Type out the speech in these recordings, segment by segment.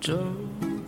这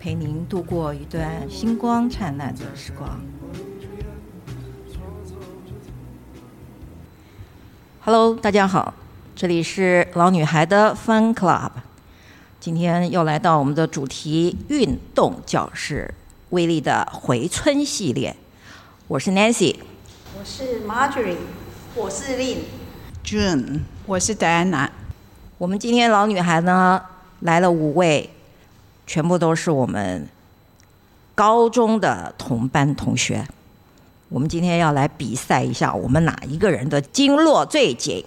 陪您度过一段星光灿烂的时光。Hello，大家好，这里是老女孩的 Fun Club，今天又来到我们的主题运动教室威力的回春系列，我是 Nancy。我是 Marjorie，我是 Lin。 June，我是戴安娜。我们今天老女孩呢来了五位，全部都是我们高中的同班同学。我们今天要来比赛一下，我们哪一个人的经络最紧？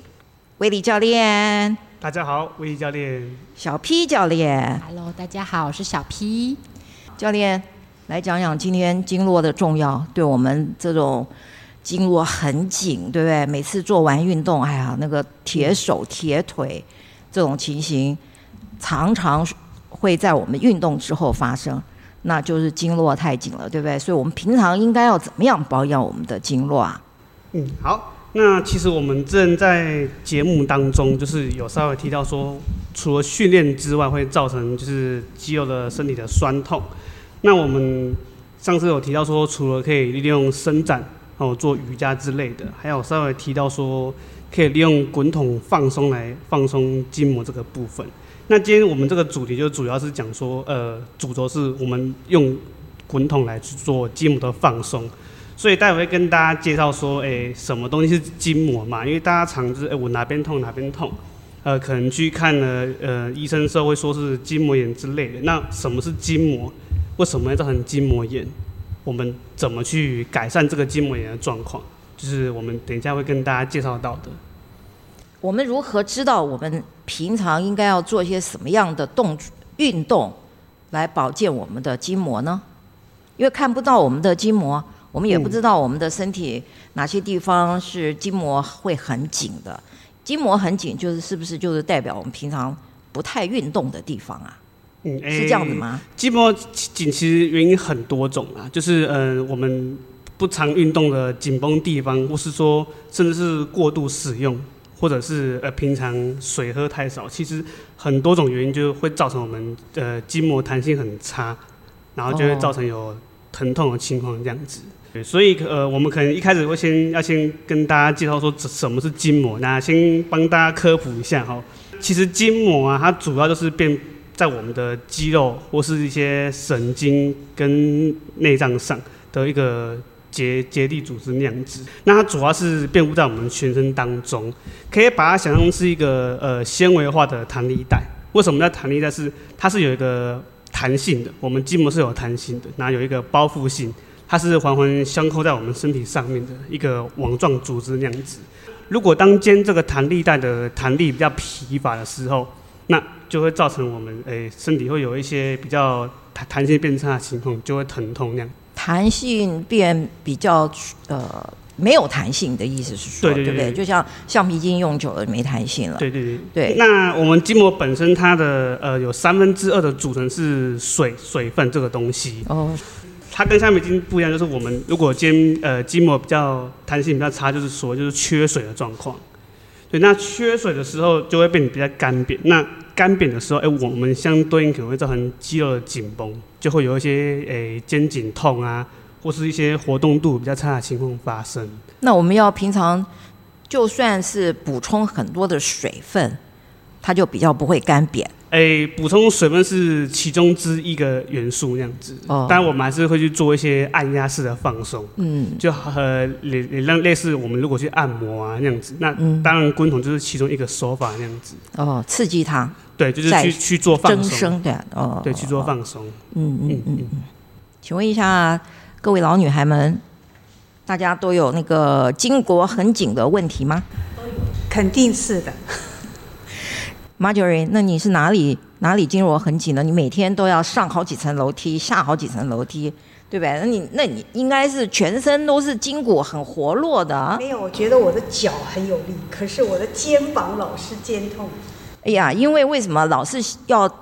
威力教练、大家好，威力教练，小 P 教练， Hello，大家好，我是小 P。教练来讲讲今天经络的重要，对我们这种经络很紧，对不对？每次做完运动，哎呀，那个铁手铁腿这种情形，常常会在我们运动之后发生，那就是经络太紧了，对不对？所以我们平常应该要怎么样保养我们的经络啊？嗯，好。那其实我们正在节目当中，就是有稍微提到说，除了训练之外，会造成就是肌肉的身体的酸痛。那我们上次有提到说，除了可以利用伸展，哦做瑜伽之类的，还有稍微提到说，可以利用滚筒放松来放松筋膜这个部分。那今天我们这个主题就主要是讲说，呃，主轴是我们用滚筒来去做筋膜的放松。所以待会会跟大家介绍说，诶，什么东西是筋膜嘛？因为大家常就是，诶，我哪边痛哪边痛，呃，可能去看了，呃，医生说会说是筋膜炎之类的。那什么是筋膜？为什么会造成筋膜炎？我们怎么去改善这个筋膜炎的状况？就是我们等一下会跟大家介绍到的。我们如何知道我们平常应该要做些什么样的动运动来保健我们的筋膜呢？因为看不到我们的筋膜，我们也不知道我们的身体哪些地方是筋膜会很紧的。筋膜很紧，就是是不是就是代表我们平常不太运动的地方啊？嗯，是这样子吗？筋膜紧其实原因很多种啊，就是呃我们不常运动的紧绷地方，或是说甚至是过度使用，或者是呃平常水喝太少，其实很多种原因就会造成我们呃筋膜弹性很差，然后就会哦造成有疼痛的情况这样子。对，所以呃，我们可能一开始会先要先跟大家介绍说这什么是筋膜，那先帮大家科普一下哈。其实筋膜啊，它主要就是变在我们的肌肉或是一些神经跟内脏上的一个结结缔组织那样子。那它主要是遍布在我们全身当中，可以把它想象是一个呃纤维化的弹力带。为什么叫弹力带？是它是有一个弹性的，我们筋膜是有弹性的，那有一个包覆性，它是环环相扣在我们身体上面的一个网状组织那样子。如果当间这个弹力带的弹力比较疲乏的时候，那就会造成我们诶、身体会有一些比较弹弹性变差的情况，就会疼痛那样。弹性变比较呃没有弹性的意思是说，对对对不对？对就像橡皮筋用久了没弹性了。对对对对那我们筋膜本身它的呃有三分之二的组成是水水分这个东西，哦，它跟橡皮筋不一样，就是我们如果筋呃筋膜比较弹性比较差，就是所谓就是缺水的状况。对，那缺水的时候就会变得比较干瘪。那干瘪的时候，哎、我们相对应可能会造成肌肉的紧绷，就会有一些诶、肩颈痛啊，或是一些活动度比较差的情况发生。那我们要平常就算是补充很多的水分，它就比较不会干瘪。诶，补充水分是其中之一个元素，那样子。哦当然，我们还是会去做一些按压式的放松，嗯，就呃，也也让类似我们如果去按摩啊那样子。那嗯当然，滚筒就是其中一个手法那样子。哦，刺激它对，就是在去去做放增松。生的哦，对，去做放松。嗯嗯嗯嗯。嗯。请问一下各位老女孩们，大家都有那个筋骨很紧的问题吗？肯定是的。 Marjorie，那你是哪里哪里经络很紧呢？你每天都要上好几层楼梯，下好几层楼梯，对吧？那你那你应该是全身都是筋骨很活络的啊。没有，我觉得我的脚很有力，可是我的肩膀老是肩痛。哎呀，因为为什么老是要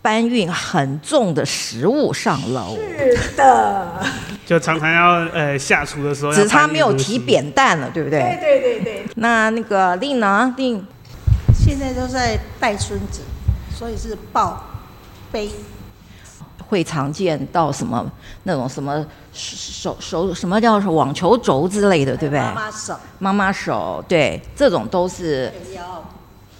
搬运很重的食物上楼？是的，就常常要呃下厨的时候要只是搬运东西，他没有提扁担了，对不对对？对对对，那那个令呢？令现在都在带孙子，所以是抱背。会常见到什么那种什么手手手什么叫网球肘之类的，对不对？还有妈妈手妈妈手，对，这种都是。有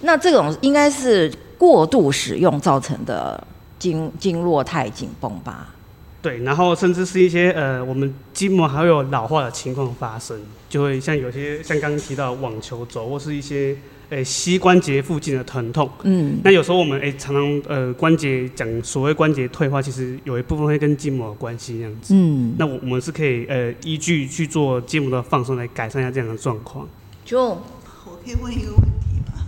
那这种应该是过度使用造成的经经络太紧绷吧？对，然后甚至是一些呃，我们筋膜还会有老化的情况发生，就会像有些像刚刚提到的网球肘或是一些呃膝关节附近的疼痛。嗯，那有时候我们诶、常常呃关节讲所谓关节退化，其实有一部分会跟筋膜有关系这样子。嗯，那我我们是可以呃依据去做筋膜的放松来改善一下这样的状况。就我可以问一个问题吗？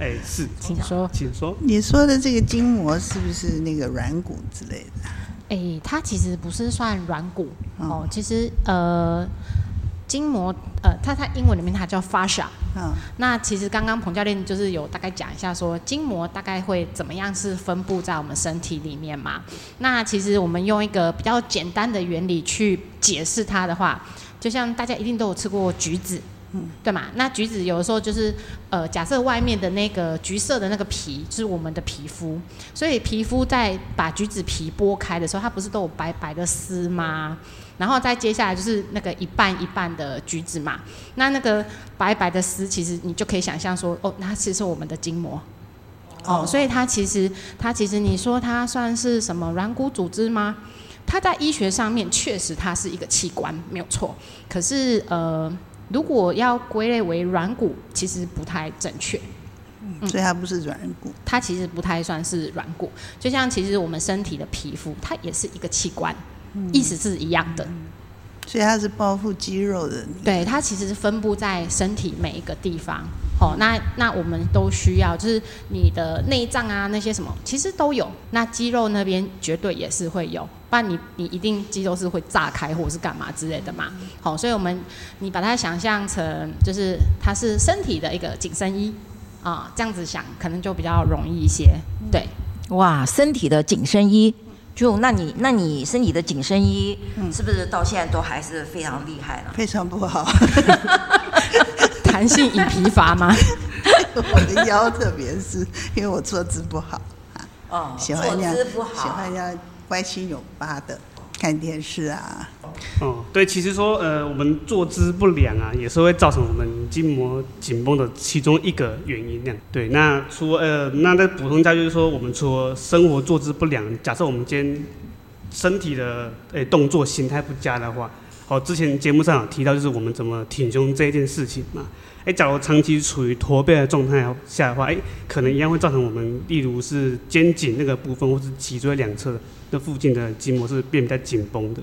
哎、是，请说。请说。你说的这个筋膜是不是那个软骨之类的？诶，哎它其实不是算软骨嗯哦，其实呃，筋膜呃，它它英文里面它叫 fascia。嗯，那其实刚刚彭教练就是有大概讲一下说筋膜大概会怎么样是分布在我们身体里面嘛。那其实我们用一个比较简单的原理去解释它的话，就像大家一定都有吃过橘子，嗯对嘛？那橘子有的时候就是呃，假设外面的那个橘色的那个皮就是我们的皮肤，所以皮肤在把橘子皮剥开的时候，它不是都有白白的丝吗？然后再接下来就是那个一半一半的橘子嘛，那那个白白的丝，其实你就可以想象说，哦，那其实是我们的筋膜。哦，所以它其实它其实你说它算是什么软骨组织吗？它在医学上面确实它是一个器官，没有错。可是呃，如果要归类为软骨，其实不太正确。所以它不是软骨。它其实不太算是软骨，就像其实我们身体的皮肤，它也是一个器官，意思是一样的。嗯所以它是包覆肌肉的，对，它其实是分布在身体每一个地方。哦，那那我们都需要，就是你的内脏啊那些什么，其实都有。那肌肉那边绝对也是会有，不然你你一定肌肉是会炸开或是干嘛之类的嘛。好、所以我们你把它想象成就是它是身体的一个紧身衣啊、这样子想可能就比较容易一些。对，哇，身体的紧身衣，就那你那你身体的紧身衣、是不是到现在都还是非常厉害呢？嗯非常不好。弹性已疲乏吗？我的腰特别是因为我坐姿不好，哦，喜欢坐这样姿不喜好欢，这样歪七扭八的看电视啊。哦，对，其实说呃，我们坐姿不良啊，也是会造成我们筋膜紧绷的其中一个原因那样。对，那除呃，那再补充一下，就是说我们除了生活坐姿不良，假设我们今天身体的诶、动作形态不佳的话，哦，之前节目上有提到就是我们怎么挺胸这一件事情嘛。诶，假如长期处于驼背的状态下的话，诶，可能一样会造成我们，例如是肩颈那个部分，或是脊椎两侧那附近的筋膜是变比较紧绷的。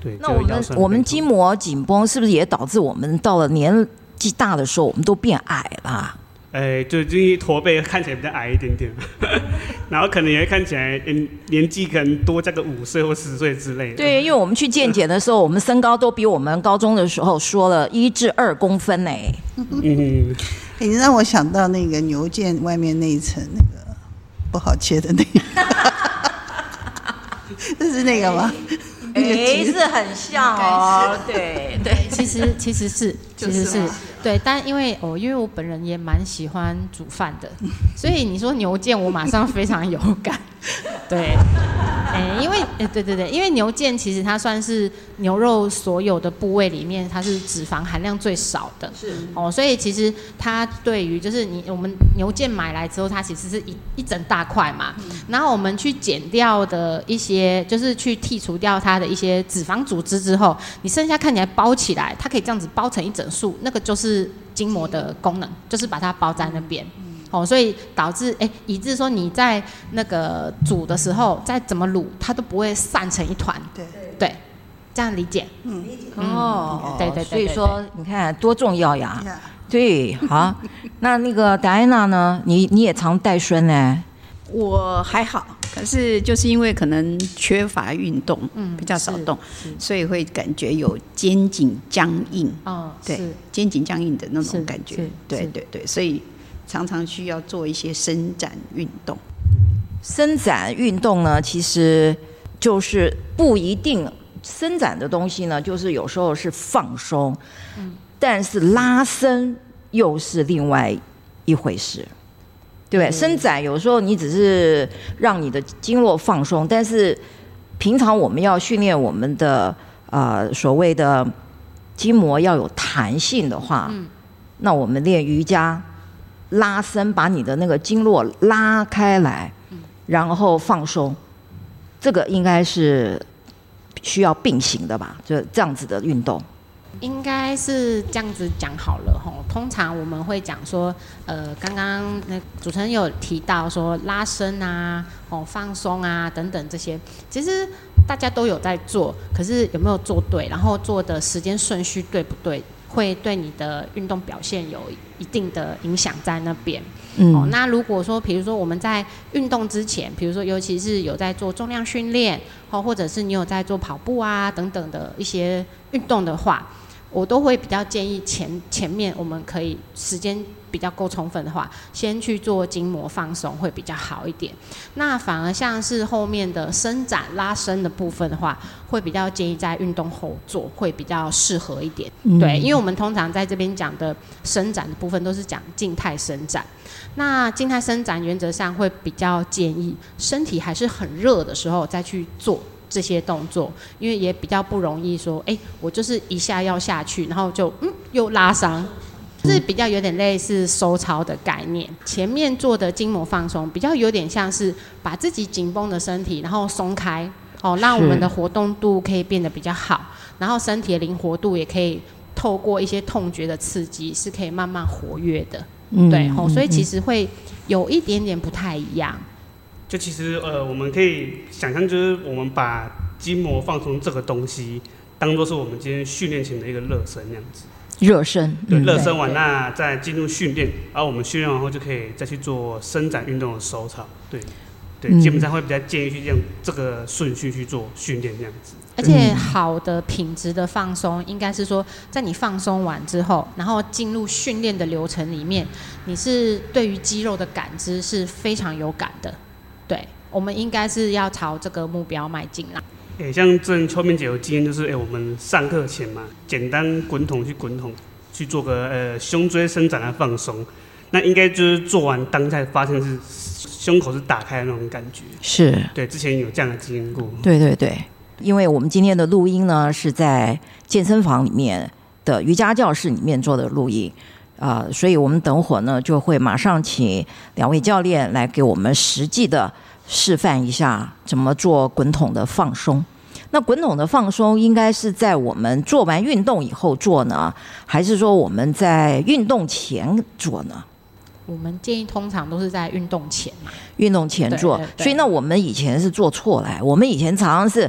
对，那就我腰们酸我们背痛筋膜紧绷，是不是也导致我们到了年纪大的时候，我们都变矮啦？哎，就因为驼背看起来比较矮一点 点，然后可能也会看起来嗯年纪可能多加个五岁或十岁之类的。对，因为我们去健检的时候，我们身高都比我们高中的时候说了一至二公分呢、嗯，诶哎你让我想到那个牛腱外面那一层那个不好切的那个， 这是那个吗？哎、是很像哦，对对。其实其实 是，就其是实嘛是对，但因为哦，因为我本人也蛮喜欢煮饭的，所以你说牛腱，我马上非常有感。对，哎、因为哎、对对对，因为牛腱其实它算是牛肉所有的部位里面，它是脂肪含量最少的。是哦，所以其实它对于就是你我们牛腱买来之后，它其实是一一整大块嘛，然后我们去减掉的一些，就是去剔除掉它的一些脂肪组织之后，你剩下看起来包起来，它可以这样子包成一整束，那个就是筋膜的功能，就是把它包在那边。哦，所以导致哎，以致说你在那个煮的时候，再怎么卤，它都不会散成一团。对对，这样理解。哦对对对对嗯所以说你看多重要呀！哎呀对，好，那那个戴安娜呢？你你也常带孙哎，我还好，可是就是因为可能缺乏运动，嗯，比较少动，所以会感觉有肩颈僵硬，哦，对是，肩颈僵硬的那是种感是觉，对是对对，所以常常需要做一些伸展运动。伸展运动呢，其实就是不一定伸展的东西呢，就是有时候是放松，但是拉伸又是另外一回事，对不对？伸展有时候你只是让你的经络放松，但是平常我们要训练我们的呃所谓的筋膜要有弹性的话，那我们练瑜伽拉伸，把你的那个经络拉开来，然后放松，这个应该是需要并行的吧？就这样子的运动。应该是这样子讲好了吼。通常我们会讲说，呃，刚刚那主持人有提到说拉伸啊、哦放松啊等等这些，其实大家都有在做，可是有没有做对，然后做的时间顺序对不对，会对你的运动表现有一定的影响在那边。嗯哦，那如果说，比如说我们在运动之前，比如说尤其是有在做重量训练，哦，或者是你有在做跑步啊等等的一些运动的话，我都会比较建议前前面我们可以时间比较够充分的话，先去做筋膜放松会比较好一点。那反而像是后面的伸展拉伸的部分的话，会比较建议在运动后做，会比较适合一点。对，因为我们通常在这边讲的伸展的部分都是讲静态伸展。那静态伸展原则上会比较建议身体还是很热的时候再去做这些动作，因为也比较不容易说，哎、我就是一下要下去，然后就嗯又拉伤。是比较有点类似收操的概念，前面做的筋膜放松比较有点像是把自己紧绷的身体然后松开，哦，让我们的活动度可以变得比较好，然后身体的灵活度也可以透过一些痛觉的刺激是可以慢慢活跃的。嗯对哦吼，所以其实会有一点点不太一样。就其实呃，我们可以想象，就是我们把筋膜放松这个东西，当做是我们今天训练前的一个热身那样子。热身，对，嗯热身完对那再进入训练，然后我们训练完后就可以再去做伸展运动的收操。对，对，嗯基本上会比较建议去这样这个顺序去做训练这样子。而且嗯好的品质的放松，应该是说，在你放松完之后，然后进入训练的流程里面，你是对于肌肉的感知是非常有感的。对，我们应该是要朝这个目标迈进啦。诶、像之前秋明姐有经验，就是诶、我们上课前嘛，简单滚筒去滚筒，去做个呃胸椎伸展的放松。那应该就是做完当下发现是胸口是打开的那种感觉。是对，之前有这样的经验过。对对对，因为我们今天的录音呢是在健身房里面的瑜伽教室里面做的录音，啊、所以我们等会儿呢就会马上请两位教练来给我们实际的示范一下怎么做滚筒的放松。那滚筒的放松应该是在我们做完运动以后做呢，还是说我们在运动前做呢？我们建议通常都是在运动前嘛，运动前做对对，对所以那我们以前是做错了，我们以前常常是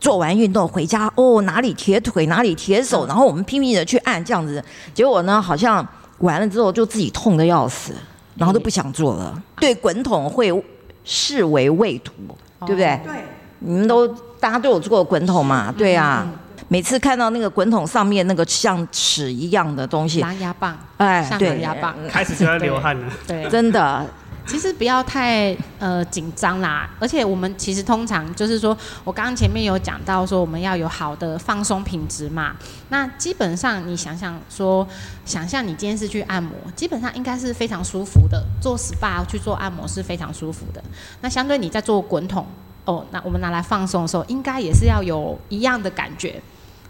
做完运动回家，哦，哪里铁腿，哪里铁嗯手，然后我们拼命的去按这样子，结果呢，好像完了之后就自己痛的要死，然后都不想做了，嗯对滚筒会视为畏途，哦对不对？对，你们都大家都有做过滚筒嘛？对啊，嗯每次看到那个滚筒上面那个像尺一样的东西，狼牙棒，哎，像狼对，牙棒，开始就要流汗了。对，真的，其实不要太呃紧张啦，而且我们其实通常就是说，我刚刚前面有讲到说我们要有好的放松品质嘛。那基本上你想想说，想象你今天是去按摩，基本上应该是非常舒服的，做 SPA 去做按摩是非常舒服的。那相对你在做滚筒哦，那我们拿来放松的时候，应该也是要有一样的感觉。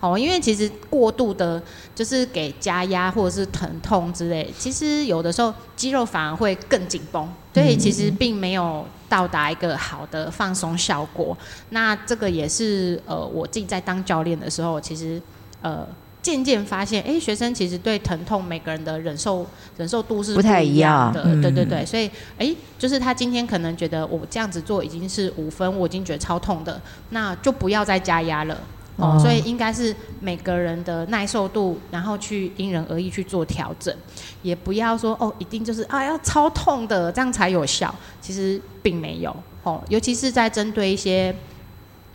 哦，因为其实过度的，就是给加压或者是疼痛之类，其实有的时候肌肉反而会更紧绷，所以其嗯实并没有到达一个好的放松效果。那这个也是呃，我自己在当教练的时候，其实呃。渐渐发现，哎，学生其实对疼痛每个人的忍受忍受度是不太一一样的，嗯对对对，所以，哎，就是他今天可能觉得我这样子做已经是五分，我已经觉得超痛的，那就不要再加压了。哦，哦所以应该是每个人的耐受度，然后去因人而异去做调整，也不要说哦，一定就是啊要超痛的这样才有效，其实并没有哦，尤其是在针对一些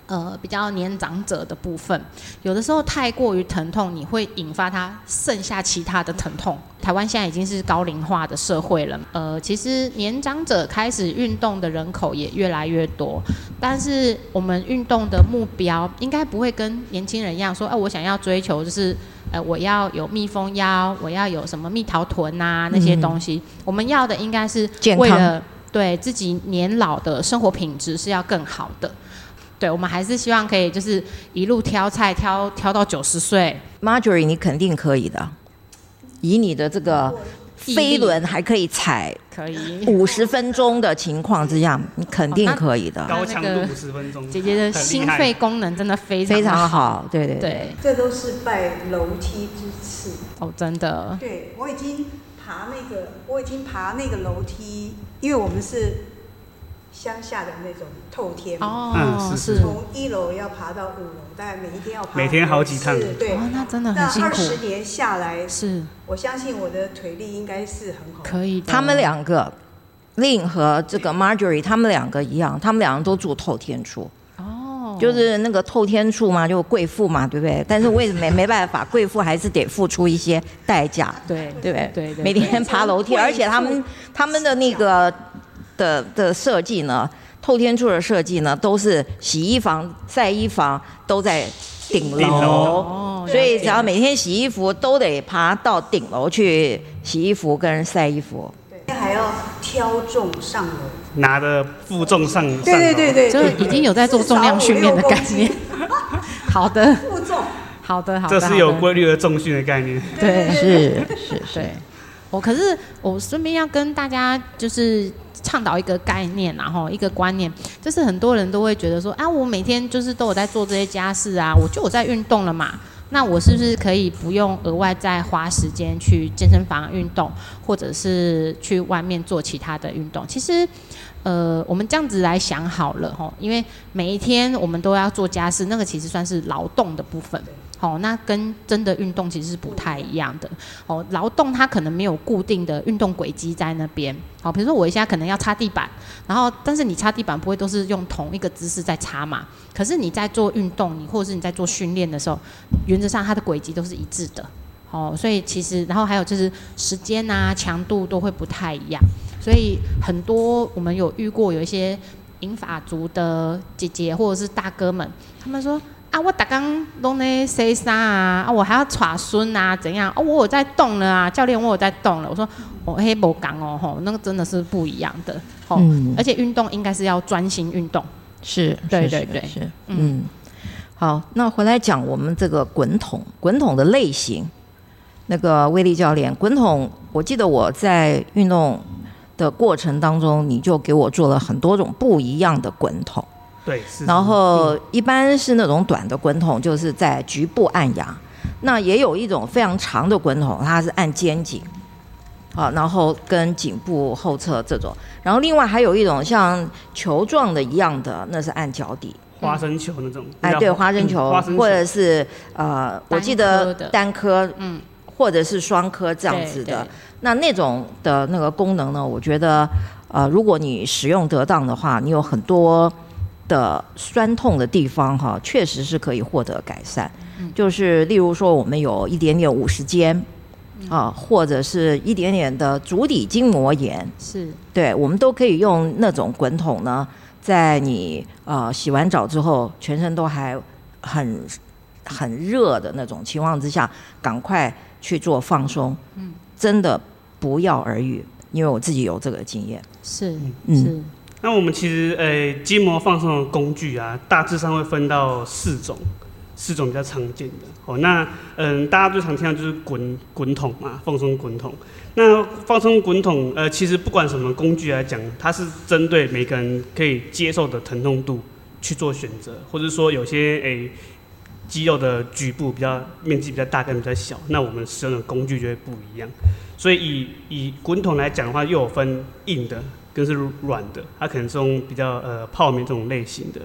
呃比较年长者的部分，有的时候太过于疼痛，你会引发他剩下其他的疼痛。台湾现在已经是高龄化的社会了，呃，其实年长者开始运动的人口也越来越多，但是我们运动的目标应该不会跟年轻人一样说，哎、我想要追求就是，呃，我要有蜜蜂腰，我要有什么蜜桃臀啊那些嗯东西，我们要的应该是健为康了对自己年老的生活品质是要更好的。对，我们还是希望可以就是一路挑菜挑挑到九十岁， Marjorie，你肯定可以的，以你的这个毅力飞轮还可以踩可以。五十分钟的情况之下，你肯哦定可以的，高强度那个五十分钟，姐姐的心很厉害肺功能真的非常非常好，好，对对对。对这都是拜楼梯之赐。哦，真的，对，我已经爬那个，我已经爬那个楼梯，因为我们是乡下的那种透天嘛，哦嗯，是是从一楼要爬到五楼，大概每一天要爬，每天好几趟是对，哦，那真的那很辛二苦十，年下来，是我相信我的腿力应该是很好。可以的。他们两个令和这个 Marjorie，他们两个一样，他们两个都住透天处，哦，就是那个透天处嘛，就贵妇嘛，对不对？但是为什么没办法，贵妇还是得付出一些代价，对对不对？对对每天爬楼梯，贵妇而且他们他们的那个的的设计呢，透天处的设计呢，都是洗衣房、晒衣房都在顶顶楼哦，所以只要了每天洗衣服都得爬到顶楼去洗衣服跟晒衣服。对，还要挑重上楼。拿着负重上上对对对楼解对，就已经有在做重量训练的概念至。 少五六公斤，好的，负重。好的，好的，这是有好的规律的重训的概念。对。是是对，我可是我顺便要跟大家就是倡导一个概念啊，然后一个观念，就是很多人都会觉得说，啊，我每天就是都有在做这些家事啊，我就有在运动了嘛。那我是不是可以不用额外再花时间去健身房运动，或者是去外面做其他的运动？其实，呃，我们这样子来想好了吼，因为每一天我们都要做家事，那个其实算是劳动的部分。好，那跟真的运动其实是不太一样的。哦，劳动它可能没有固定的运动轨迹在那边。好，比如说我一下可能要擦地板，然后但是你擦地板不会都是用同一个姿势在擦嘛？可是你在做运动，你或者是你在做训练的时候，原则上它的轨迹都是一致的。哦，所以其实，然后还有就是时间啊、强度都会不太一样，所以很多我们有遇过有一些银发族的姐姐或者是大哥们，他们说啊，我打刚弄那谁啥啊，啊，我还要耍孙啊，怎样？哦，我有在动了啊，教练，我有在动了。我说我黑不刚哦，吼，那个真的是不一样的哦，嗯而且运动应该是要专心运动，是，对是对是对是，嗯嗯。好，那回来讲我们这个滚筒，滚筒的类型。那个威力教练，滚筒，我记得我在运动的过程当中，你就给我做了很多种不一样的滚筒。对，是。然后一般是那种短的滚筒，就是在局部按压。那也有一种非常长的滚筒，它是按肩颈，啊，然后跟颈部后侧这种。然后另外还有一种像球状的一样的，那是按脚底。花生球那种，哎，对，花生球，嗯花生球或者是呃，我记单得颗的单颗嗯，或者是双颗这样对子的。对那那种的那个功能呢，我觉得，呃，如果你使用得当的话，你有很多的酸痛的地方哈，确实是可以获得改善。就是例如说，我们有一点点五十肩。啊，或者是一点点的足底筋膜炎，是对，我们都可以用那种滚筒呢，在你呃洗完澡之后，全身都还很很热的那种情况之下，赶快去做放松，嗯，真的不药而愈，因为我自己有这个经验，是嗯是，那我们其实呃，筋膜放松的工具啊，大致上会分到四种，四种比较常见的。哦，那嗯、大家最常听到就是滚滚筒嘛，放松滚筒。那放松滚筒，呃，其实不管什么工具来讲，它是针对每个人可以接受的疼痛度去做选择，或者说有些诶、肌肉的局部比较面积比较大跟比较小，那我们使用的工具就会不一样。所以以以滚筒来讲的话，又有分硬的跟是软的，它可能是用比较呃泡棉这种类型的。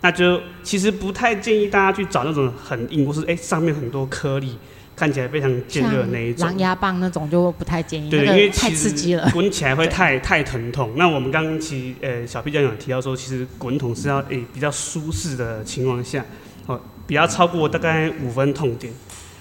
那就其实不太建议大家去找那种很硬，或是哎、上面很多颗粒，看起来非常像尖锐的那一种狼。牙棒那种就不太建议，对，那因个为太其实刺激 了。 滚起来会太太疼痛。那我们刚刚其呃小 P 教练有提到说，其实滚筒是要诶、比较舒适的情况下，哦，不要超过大概五分痛点，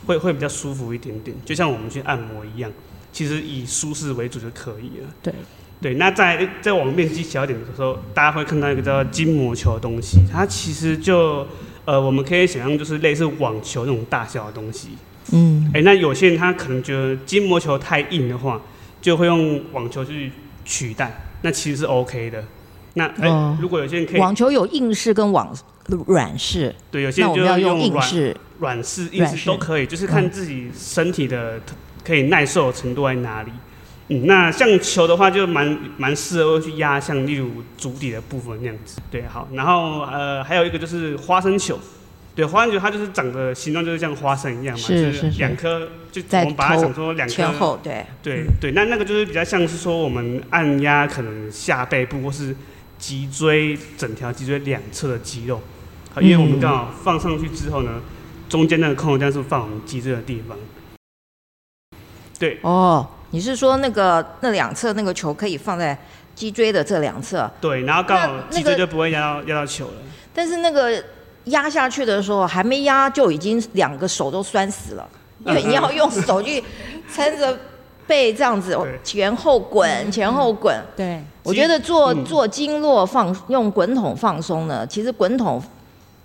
会会比较舒服一点点，就像我们去按摩一样，其实以舒适为主就可以了。对。对，那在在我们面积小一点的时候，大家会看到一个叫筋膜球的东西，它其实就呃，我们可以想象就是类似网球那种大小的东西。嗯，哎、那有些人他可能觉得筋膜球太硬的话，就会用网球去取代，那其实是 OK 的。那哎、哦如果有些人可以，网球有硬式跟网软式，对，有些那人我就们要用硬软式。软式、硬软式式嗯都可以，就是看自己身体的可以耐受的程度在哪里。嗯，那像球的话，就蛮蛮适合去压，像例如足底的部分那样子。对，好，然后呃，还有一个就是花生球，对，花生球它就是长得形状就是像花生一样嘛，是就是是两颗，就我在们把它头想说两颗前后对，对对，那那个就是比较像是说我们按压可能下背部或是脊椎整条脊椎两侧的肌肉，好因为我们嗯刚好放上去之后呢，中间那个空空间是放我们脊椎的地方。对哦，你是说那个那两侧那个球可以放在脊椎的这两侧，对，然后刚好那那脊椎个就不会压到压到球了。但是那个压下去的时候还没压就已经两个手都酸死了，因为嗯你要用手去撑着背这样子前后滚，前后滚。对，我觉得做嗯做经络放用滚筒放松呢，其实滚筒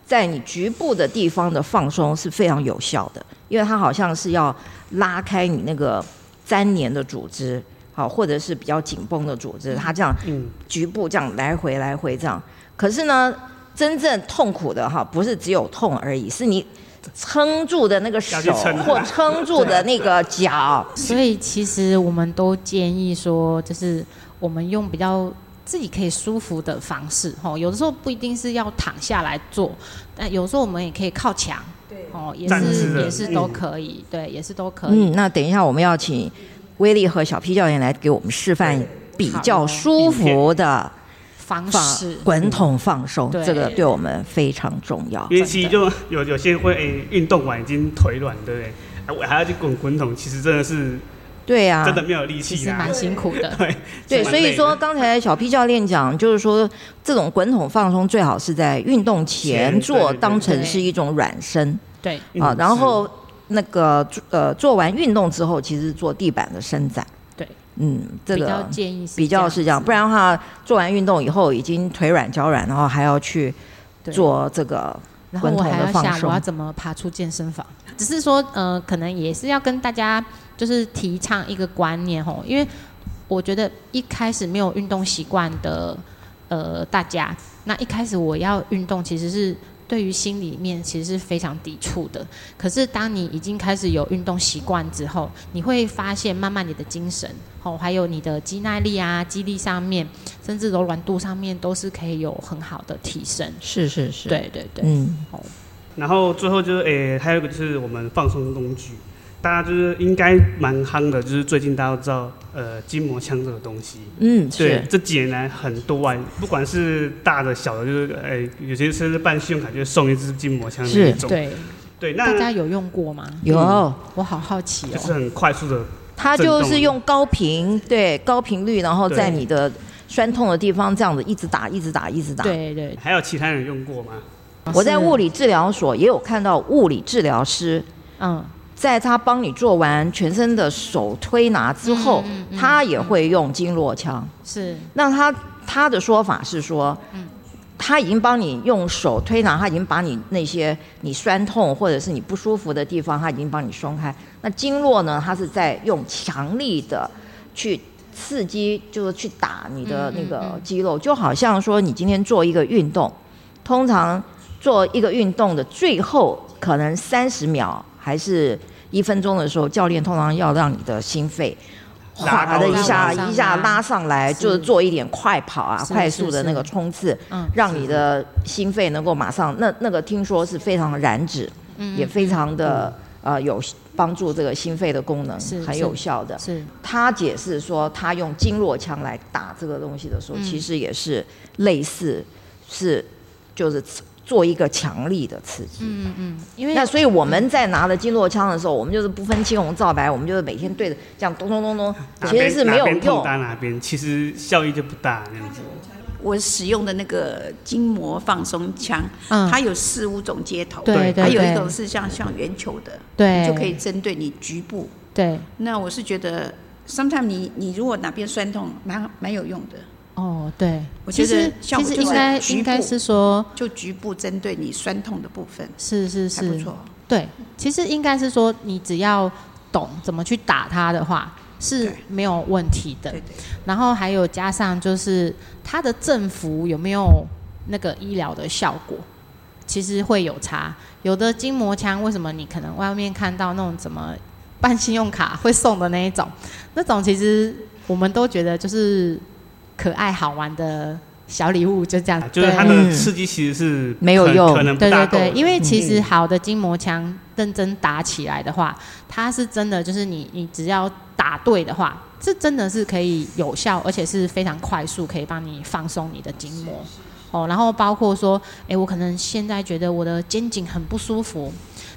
在你局部的地方的放松是非常有效的，因为它好像是要拉开你那个粘连的组织，好或者是比较紧绷的组织，它这样嗯，局部这样来回来回这样。可是呢，真正痛苦的哈，不是只有痛而已，是你撑住的那个手要去撑它或撑住的那个脚。所以其实我们都建议说，就是我们用比较自己可以舒服的方式，吼，有的时候不一定是要躺下来做，但有时候我们也可以靠墙，对，哦，也站姿是的嗯也是都可以， 对，也是都可以。嗯，那等一下我们要请威力和小 P 教练来给我们示范比较舒服的方放式滚筒放松，嗯对这个对我们非常重要。因为其实就有有些人会诶运、动完已经腿软，对不对？啊我还要去滚滚筒，其实真的是对啊，真的没有力其气实啦蛮。辛苦的，对对，是蛮所以累说的刚才小 P 教练讲，就是说这种滚筒放松最好是在运动前前对做，对对当成是一种软身对，嗯啊。然是后那个呃，做完运动之后，其实做地板的伸展。对，嗯，这比较个建议是比较是这样，子不然的话，做完运动以后已经腿软脚软，然后还要去对做这个然后滚我筒还的要放想我要松。怎么爬出健身房，只是说呃，可能也是要跟大家就是提倡一个观念吼，因为我觉得一开始没有运动习惯的呃大家，那一开始我要运动其实是。对于心里面其实是非常抵触的，可是当你已经开始有运动习惯之后，你会发现慢慢你的精神哦，还有你的肌耐力啊、肌力上面，甚至柔软度上面都是可以有很好的提升。是是是，，对对对，嗯，然后最后就是诶、还有一个就是我们放松工具，大家就是应该蛮夯的，就是最近大家都知道，呃，筋膜枪这个东西，嗯对是，，这几年来很多啊，不管是大的小的，就是诶、有些甚至办信用卡就送一支筋膜枪的那是一种，对，对，大家那有用过吗？嗯有，我好好奇就哦。是很快速的，它震就动是用高频对高频率，然后对在你的酸痛的地方这样子一直打，一直打，一直打。对对，还有其他人用过吗？我在是物理治疗所也有看到物理治疗师，嗯，在他帮你做完全身的手推拿之后，嗯嗯嗯他也会用经络枪。是那他他的说法是说，他已经帮你用手推拿，他已经把你那些你酸痛或者是你不舒服的地方，他已经帮你松开。那经络呢，它是在用强力的去刺激，就是去打你的嗯嗯那个嗯肌肉，就好像说你今天做一个运动，通常做一个运动的最后可能三十秒还是一分钟的时候，教练通常要让你的心肺。拉哗高的一一下下往上一下拉拉上来，是就是做一点快跑啊，是快是速的那是个冲刺，嗯让你的心肺能够马上那那个听说是非常燃脂，嗯也非常的呃有帮助这个心肺的功能是，很是有效的。是他解释说，他用经络枪来打这个东西的时候，嗯其实也是类似是就是做一个强力的刺激。嗯嗯，因为那所以我们在拿了经络枪的时候，我们就是不分青红皂白，我们就是每天对着这样咚咚咚咚，哪其边实是没有哪边用痛。打哪边，其实效益就不大这样子。我使用的那个筋膜放松枪，嗯它有四五种接头，对对还有一对种是像像圆球的，对你就可以针对你局部。对那我是觉得，sometimes 你你如果哪边酸痛，蛮蛮有用的。哦对，我其觉实得效其果实就是应该局部应该是说，就局部针对你酸痛的部分，是是是，还不错。对，其实应该是说，你只要懂怎么去打它的话，是没有问题的。然后还有加上就是它的振幅有没有那个医疗的效果，其实会有差。有的筋膜枪，为什么你可能外面看到那种怎么办信用卡会送的那一种，那种其实我们都觉得就是可爱好玩的小礼物，就这样。啊就是它对的刺激其实是没有可用可能不对大对够对，的。因为其实嗯好的筋膜枪认真打起来的话，它是真的就是你你只要打对的话，这真的是可以有效，而且是非常快速，可以帮你放松你的筋膜。哦，然后包括说，诶，我可能现在觉得我的肩颈很不舒服，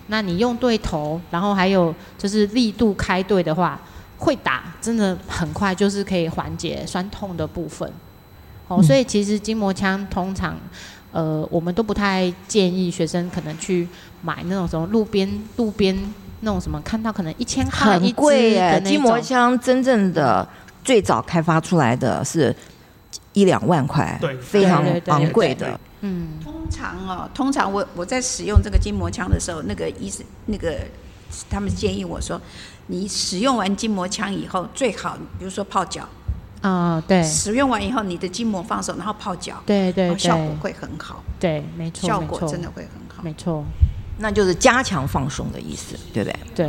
那你用对头，然后还有就是力度开对的话，会打真的很快，就是可以缓解酸痛的部分。哦，嗯所以其实筋膜枪通常，呃，我们都不太建议学生可能去买那种什么路边路边那种什么，看到可能一千块一很支贵耶的，那筋膜种。枪真正的最早开发出来的是一两万块，对非常对对对昂贵的。嗯，通常哦，通常我我在使用这个筋膜枪的时候，那个医生那个他们建议我说，你使用完筋膜枪以后，最好比如说泡脚，啊、对使用完以后你的筋膜放松，然后泡脚，对对对，然后效果会很好，对，没哦错，效没果错真的会很好。没错，那就是加强放松的意思，对不对？对，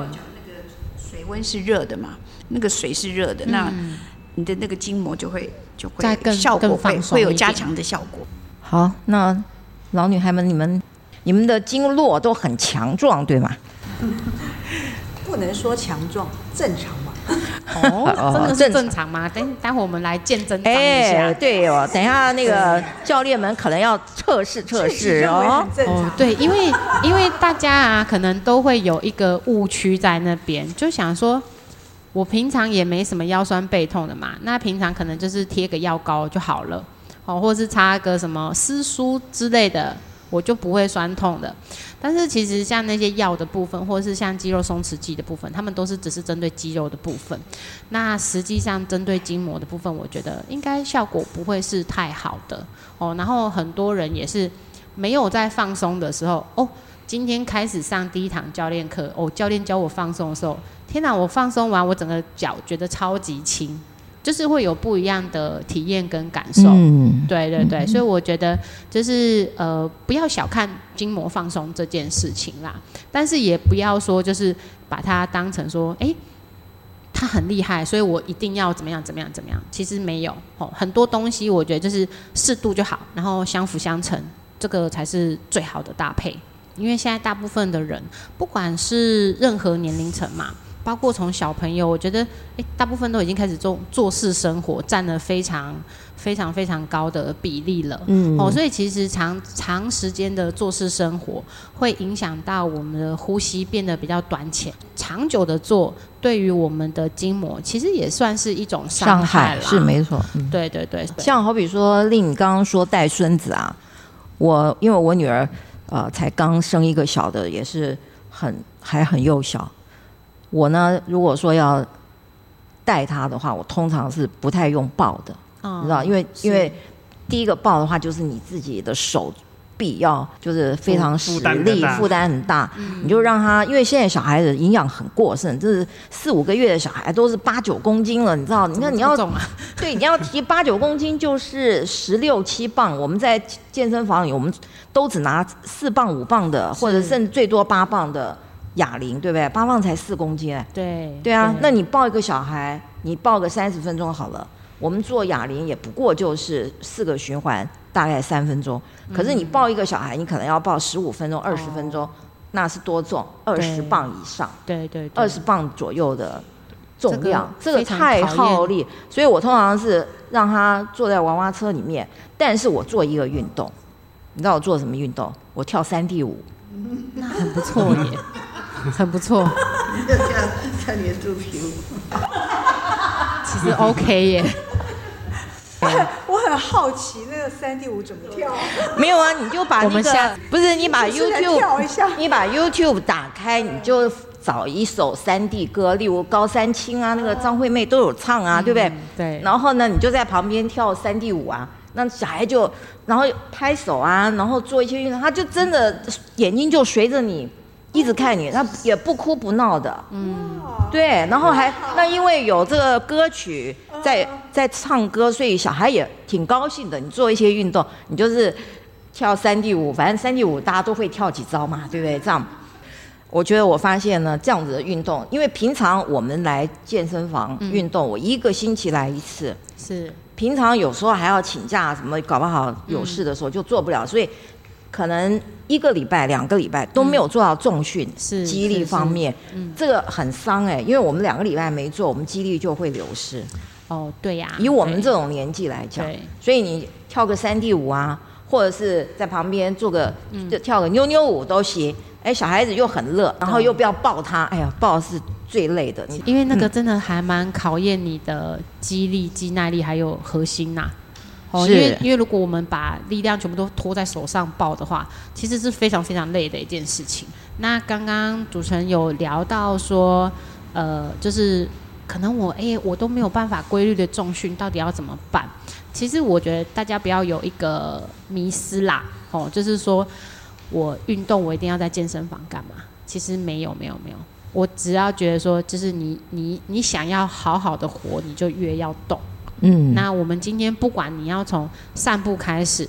水温是热的嘛，那个水是热的，那嗯你的那个筋膜就会就会再更效果更会放松会有一加点强的效果。好，那老女孩们，你们你们的经络都很强壮，对吗？ 不能说强壮，正常吧。哦，真的正是正常吗？等待会我们来见真章一哎下。，对哦，等一下那个教练们可能要测试测试哦。哦，对，因为因为大家啊，可能都会有一个误区在那边，就想说，我平常也没什么腰酸背痛的嘛，那平常可能就是贴个药膏就好了，哦，或是擦个什么丝梳之类的，我就不会酸痛的。但是其实像那些药的部分，或是像肌肉松弛剂的部分，他们都是只是针对肌肉的部分。那实际上针对筋膜的部分，我觉得应该效果不会是太好的哦。然后很多人也是没有在放松的时候，哦，今天开始上第一堂教练课，哦，教练教我放松的时候，天哪，我放松完，我整个脚觉得超级轻，就是会有不一样的体验跟感受。嗯，对对对，所以我觉得就是呃，不要小看筋膜放松这件事情啦，但是也不要说就是把它当成说，哎，他很厉害，所以我一定要怎么样怎么样怎么样。其实没有哦，很多东西我觉得就是适度就好，然后相辅相成，这个才是最好的搭配。因为现在大部分的人，不管是任何年龄层嘛，包括从小朋友，我觉得诶，大部分都已经开始做做事生活，占了非常非常非常高的比例了。嗯哦，所以其实长长时间的做事生活会影响到我们的呼吸变得比较短浅，长久的做对于我们的筋膜其实也算是一种上海害啦。是没错。嗯对对对，对像好比说，令你刚刚说带孙子啊，我因为我女儿呃才刚生一个小的，也是很还很幼小。我呢，如果说要带她的话，我通常是不太用抱的，嗯你知道，因为是因为第一个抱的话，就是你自己的手臂要就是非常使负负担比较力，大嗯负担很大。你就让他，因为现在小孩子营养很过剩，就是四五个月的小孩都是八九公斤了，你知道？你看你要这种啊，对，你要提八九公斤就是十六七磅。我们在健身房里，我们都只拿四磅五磅的，或者甚至最多八磅的哑铃，对不对？八磅才四公斤、哎。对对啊，那你抱一个小孩，你抱个三十分钟好了。我们做哑铃也不过就是四个循环，大概三分钟。可是你抱一个小孩，你可能要抱十五分钟、二十分钟，那是多重？二十对磅以上。对对对二十磅左右的重量，这这个个非常太考验耗力，所以我通常是让他坐在娃娃车里面，但是我做一个运动，你知道我做什么运动？我跳三 D 舞，那很不错耶，很不错。这样才黏住皮肤。其实 OK 耶。我很 我很好奇那个三 D 舞怎么跳啊，没有啊，你就把我那们下个不是你把你是来跳 YouTube，一下你把 YouTube 打开，你就找一首三 D 歌，例如高三清啊，那个张惠妹都有唱 啊，对不对？嗯对然后呢，你就在旁边跳三 D 舞啊，那小孩就然后拍手啊，然后做一些运动，他就真的眼睛就随着你一直看你，他也不哭不闹的，嗯，对，然后还那因为有这个歌曲在在唱歌，所以小孩也挺高兴的。你做一些运动，你就是跳三 D 舞，反正三 D 舞大家都会跳几招嘛，对不对？这样，我觉得我发现呢，这样子的运动，因为平常我们来健身房嗯运动，我一个星期来一次，是平常有时候还要请假，什么搞不好有事的时候就做不了，所以可能一个礼拜、两个礼拜都没有做到重训、是肌是力是方面，嗯这个很伤哎、因为我们两个礼拜没做，我们肌力就会流失。哦，对呀、以我们对这种年纪来讲对，所以你跳个三 D 舞啊，或者是在旁边做个、嗯就跳个妞妞舞都行。哎，小孩子又很乐，然后又不要抱他，哎呀，抱是最累的。你因为那个真的还蛮考验你的肌力、肌耐力还有核心呐、哦，是因为因为如果我们把力量全部都拖在手上抱的话，其实是非常非常累的一件事情。那刚刚主持人有聊到说，呃，就是可能我哎、我都没有办法规律的重训，到底要怎么办？其实我觉得大家不要有一个迷失啦，哦，就是说我运动我一定要在健身房干嘛？其实没有没有没有，我只要觉得说，就是你你你想要好好的活，你就越要动。嗯那我们今天不管你要从散步开始，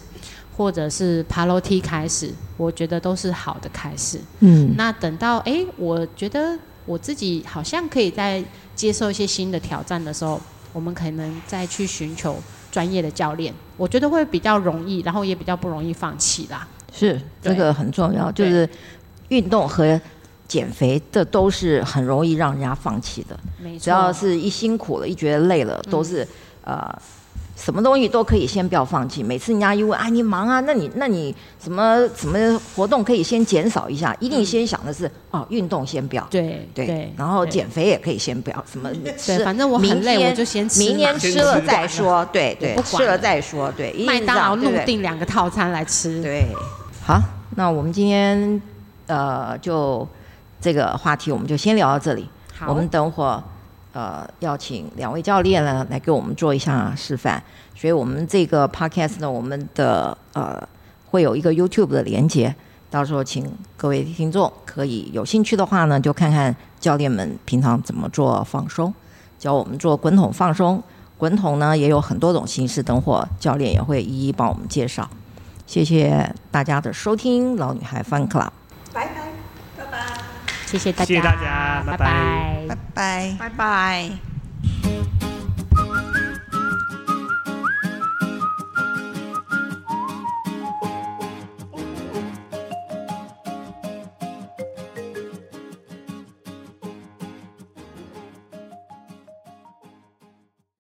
或者是爬楼梯开始，我觉得都是好的开始。嗯那等到诶，我觉得我自己好像可以在接受一些新的挑战的时候，我们可能再去寻求专业的教练，我觉得会比较容易，然后也比较不容易放弃啦。是对这个很重要，就对是运动和减肥，这都是很容易让人家放弃的。没错，嗯只要是一辛苦了，一觉得累了，都是、呃，什么东西都可以先不要放弃。每次人家一问啊，你忙啊，那你那你什么什么活动可以先减少一下，一定先想的是、哦，运动先不要。对对，嗯对，然后对减肥也可以先不要，什么吃，反正我很明累天我就先吃明嘛天先吃了吃再说，对我对不，管吃了了再说，对，一定麦是当这样劳对入不对定两个套餐来吃。对，好，那我们今天呃，就这个话题我们就先聊到这里。好我们等会儿呃，要请两位教练呢来给我们做一下示范。所以我们这个 podcast 呢，我们的呃会有一个 YouTube 的连接，到时候请各位听众可以有兴趣的话呢，就看看教练们平常怎么做放松，教我们做滚筒放松。滚筒呢也有很多种形式，等会儿教练也会一一帮我们介绍。谢谢大家的收听，老女孩 Fun Club。拜拜。谢谢大家，谢谢大家拜拜拜拜拜拜。拜拜。